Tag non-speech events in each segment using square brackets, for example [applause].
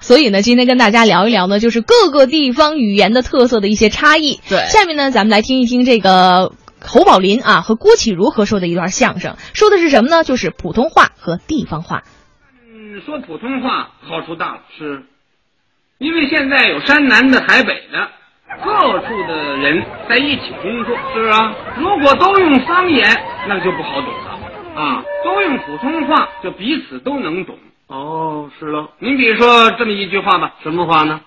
所以呢，今天跟大家聊一聊呢，就是各个地方语言的特色的一些差异。对下面呢，咱们来听一听这个侯宝林啊和郭启儒合说的一段相声，说的是什么呢？就是普通话和地方话。嗯，说普通话好处大了，是，因为现在有山南的、海北的，各处的人在一起工作。是啊，如果都用方言，那就不好懂了啊。都用普通话，就彼此都能懂。哦，是了，您比如说这么一句话吧，什么话呢？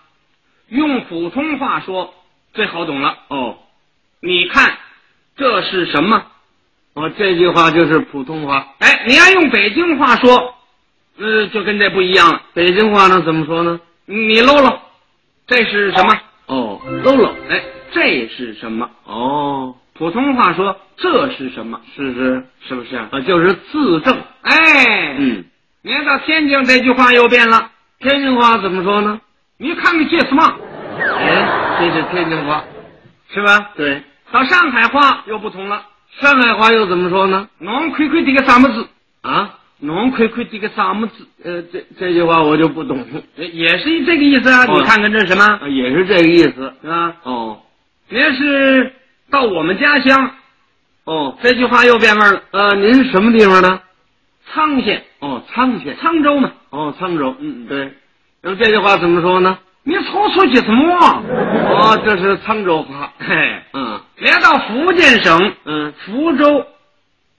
用普通话说最好懂了。哦，你看，这是什么？哦，这句话就是普通话，哎，你要用北京话说，呃，就跟这不一样了。北京话呢怎么说呢？你搂搂，这是什么？哦，喽喽，哎，这是什么？哦，普通话说这是什么？是是是不是？啊，就是字正，哎，，嗯，你看到天津这句话又变了。天津话怎么说呢？你看看这什么，哎，这是天津话，是吧？对，到上海话又不同了。上海话又怎么说呢？侬看看这个什么字？啊，侬看看这个什么字？呃，这这句话我就不懂，呃也是这个意思啊。哦你看看这是什么？啊也是这个意思。是吧？哦你要是到我们家乡，哦，这句话又变味儿了。呃，您什么地方的？沧县，哦，沧县。沧州嘛。哦，沧州。嗯嗯，对。那么这句话怎么说呢？你瞅出去什么？哦，这是沧州话。嘿，嗯你要到福建省，嗯，福州，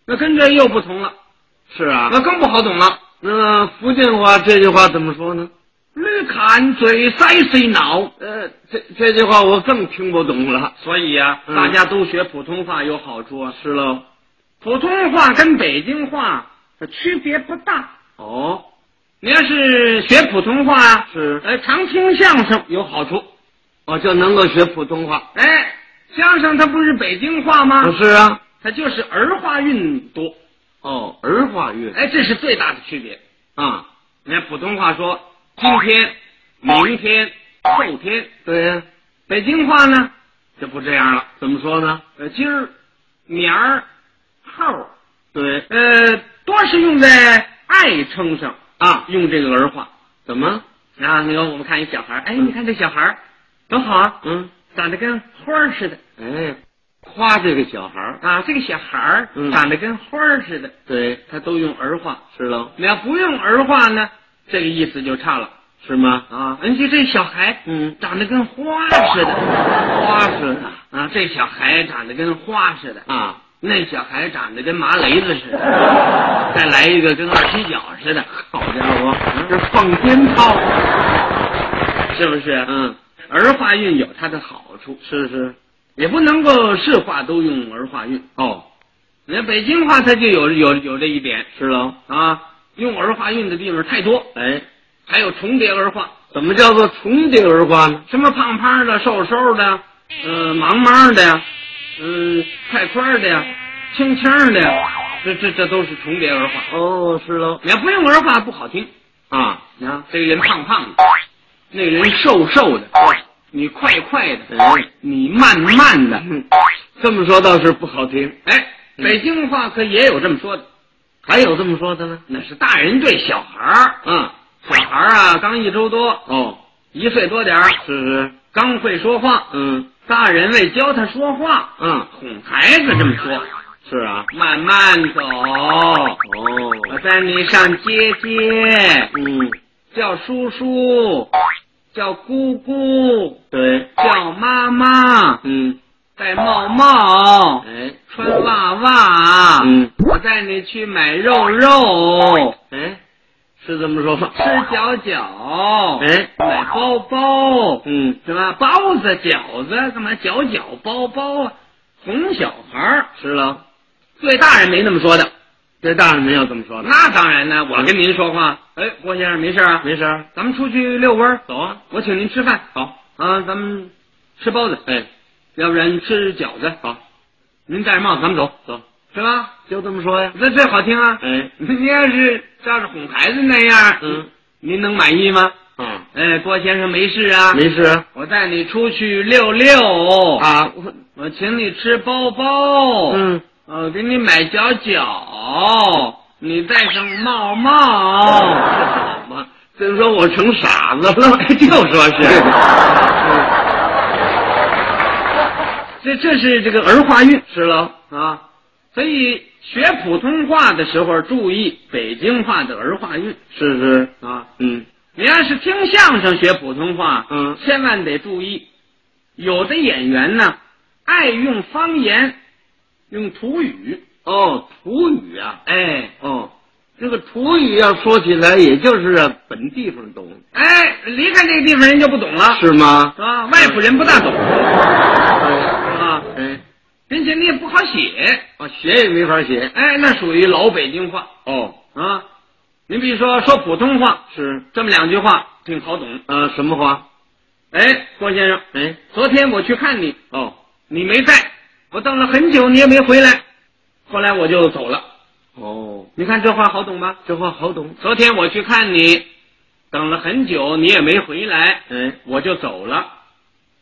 那跟这又不同了，是啊。那更不好懂了。那么福建话这句话怎么说呢？绿砍嘴塞谁脑？呃，这这句话我更听不懂了。所以呀、嗯大家都学普通话有好处啊。是喽。普通话跟北京话呃区别不大。哦，你要是学普通话呀、是。呃，常听相声有好处。哦，就能够学普通话。哎，相声它不是北京话吗？是啊。它就是儿化韵多。哦，儿化韵。哎，这是最大的区别。啊，你看普通话说今天、明天、后天，哎对呀。北京话呢就不这样了。怎么说呢？呃，今儿、明儿、后儿，对。呃，多是用在爱称上啊，用这个儿化怎么？啊。你看，我们看一小孩儿，哎，你看这小孩儿多好啊，嗯。长得跟花儿似的哎，夸这个小孩儿。啊。这个小孩儿嗯长得跟花儿似的，对，他都用儿化。是喽。你要不用儿化呢，这个意思就差了是吗？啊。人家这小孩嗯，长得跟花似的花似的啊，这小孩长得跟花似的，啊，那小孩长得跟麻雷子似 [laughs] 的，再来一个跟二踢脚似的。啊好家伙，这放鞭炮，是不是？嗯，儿化韵有它的好处，是是，也不能够是话都用儿化韵。哦，你看北京话它就有有有这一点是喽，啊，用儿化韵的地方太多，哎，还有重叠儿化，怎么叫做重叠儿化呢？什么胖胖的、瘦瘦的，呃，忙忙的呀，嗯、快快的呀，轻轻的呀，这这这都是重叠儿化。哦，是喽，你要不用儿化不好听啊，啊，这个人胖胖的，那个人瘦瘦的，你快快的，哎，你慢慢的。嗯这么说倒是不好听，哎，北京话可也有这么说的，还有这么说的呢？那是大人对小孩儿。啊，小孩儿啊，刚一周多，哦，一岁多点儿，是是，刚会说话。嗯大人为教他说话，嗯，哄孩子这么说，是啊，慢慢走，我哦，带你上街街，嗯，叫叔叔，叫姑姑，对，叫妈妈，嗯，戴帽帽，哎，穿袜袜，嗯，我带你去买肉肉。哎，是这么说吗？吃饺饺，哎，买包包，嗯，什么包子、饺子，干嘛饺饺包包啊？哄小孩儿，是喽，对大人没那么说的。这大人没有这么说的，那当然呢，我跟您说话，哎，郭先生没事啊，没事儿，咱们出去遛弯儿，走啊，我请您吃饭好，啊，咱们吃包子，哎，要不然吃饺子。好，您戴着帽子，咱们走，走，是吧？就这么说呀，那这好听啊。哎，您要是照着哄孩子那样，嗯，您能满意吗？啊，哎，郭先生没事啊，没事啊我带你出去溜溜，啊，我我请你吃包包，，嗯，我呃给你买小脚，你戴上帽帽，这好嘛，真说我成傻子了， [laughs] 就说是，这这是这个儿化韵是了，啊，所以学普通话的时候注意北京话的儿化韵是是，啊。嗯，你要是听相声学普通话，嗯千万得注意，有的演员呢爱用方言，用土语，哦，土语啊，哎哦，这个土语要说起来，也就是啊本地方懂，哎，离开这个地方人就不懂了，是吗？啊，外府人不大懂啊，哎，并且你也不好写，啊，写也没法写，哎，那属于老北京话哦，啊。你比如说说普通话，是，这么两句话挺好懂。啊，什么话？哎，郭先生，哎，昨天我去看你，哦，你没在，我等了很久，你也没回来，后来我就走了。哦，啊你看这话好懂吧？这话好懂，昨天我去看你，等了很久，你也没回来，哎，我就走了。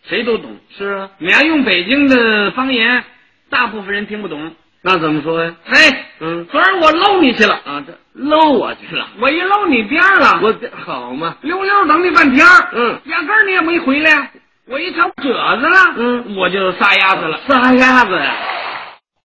谁都懂，是啊，你要用北京的方言，大部分人听不懂。哎那怎么说呀？嘿，嗯，昨儿我搂你去了，啊，这搂我去了，我一搂你边儿了，我这好嘛，溜溜等你半天儿，嗯压根儿你也没回来。我一瞧褶子了，嗯我就撒丫子了。撒丫子呀，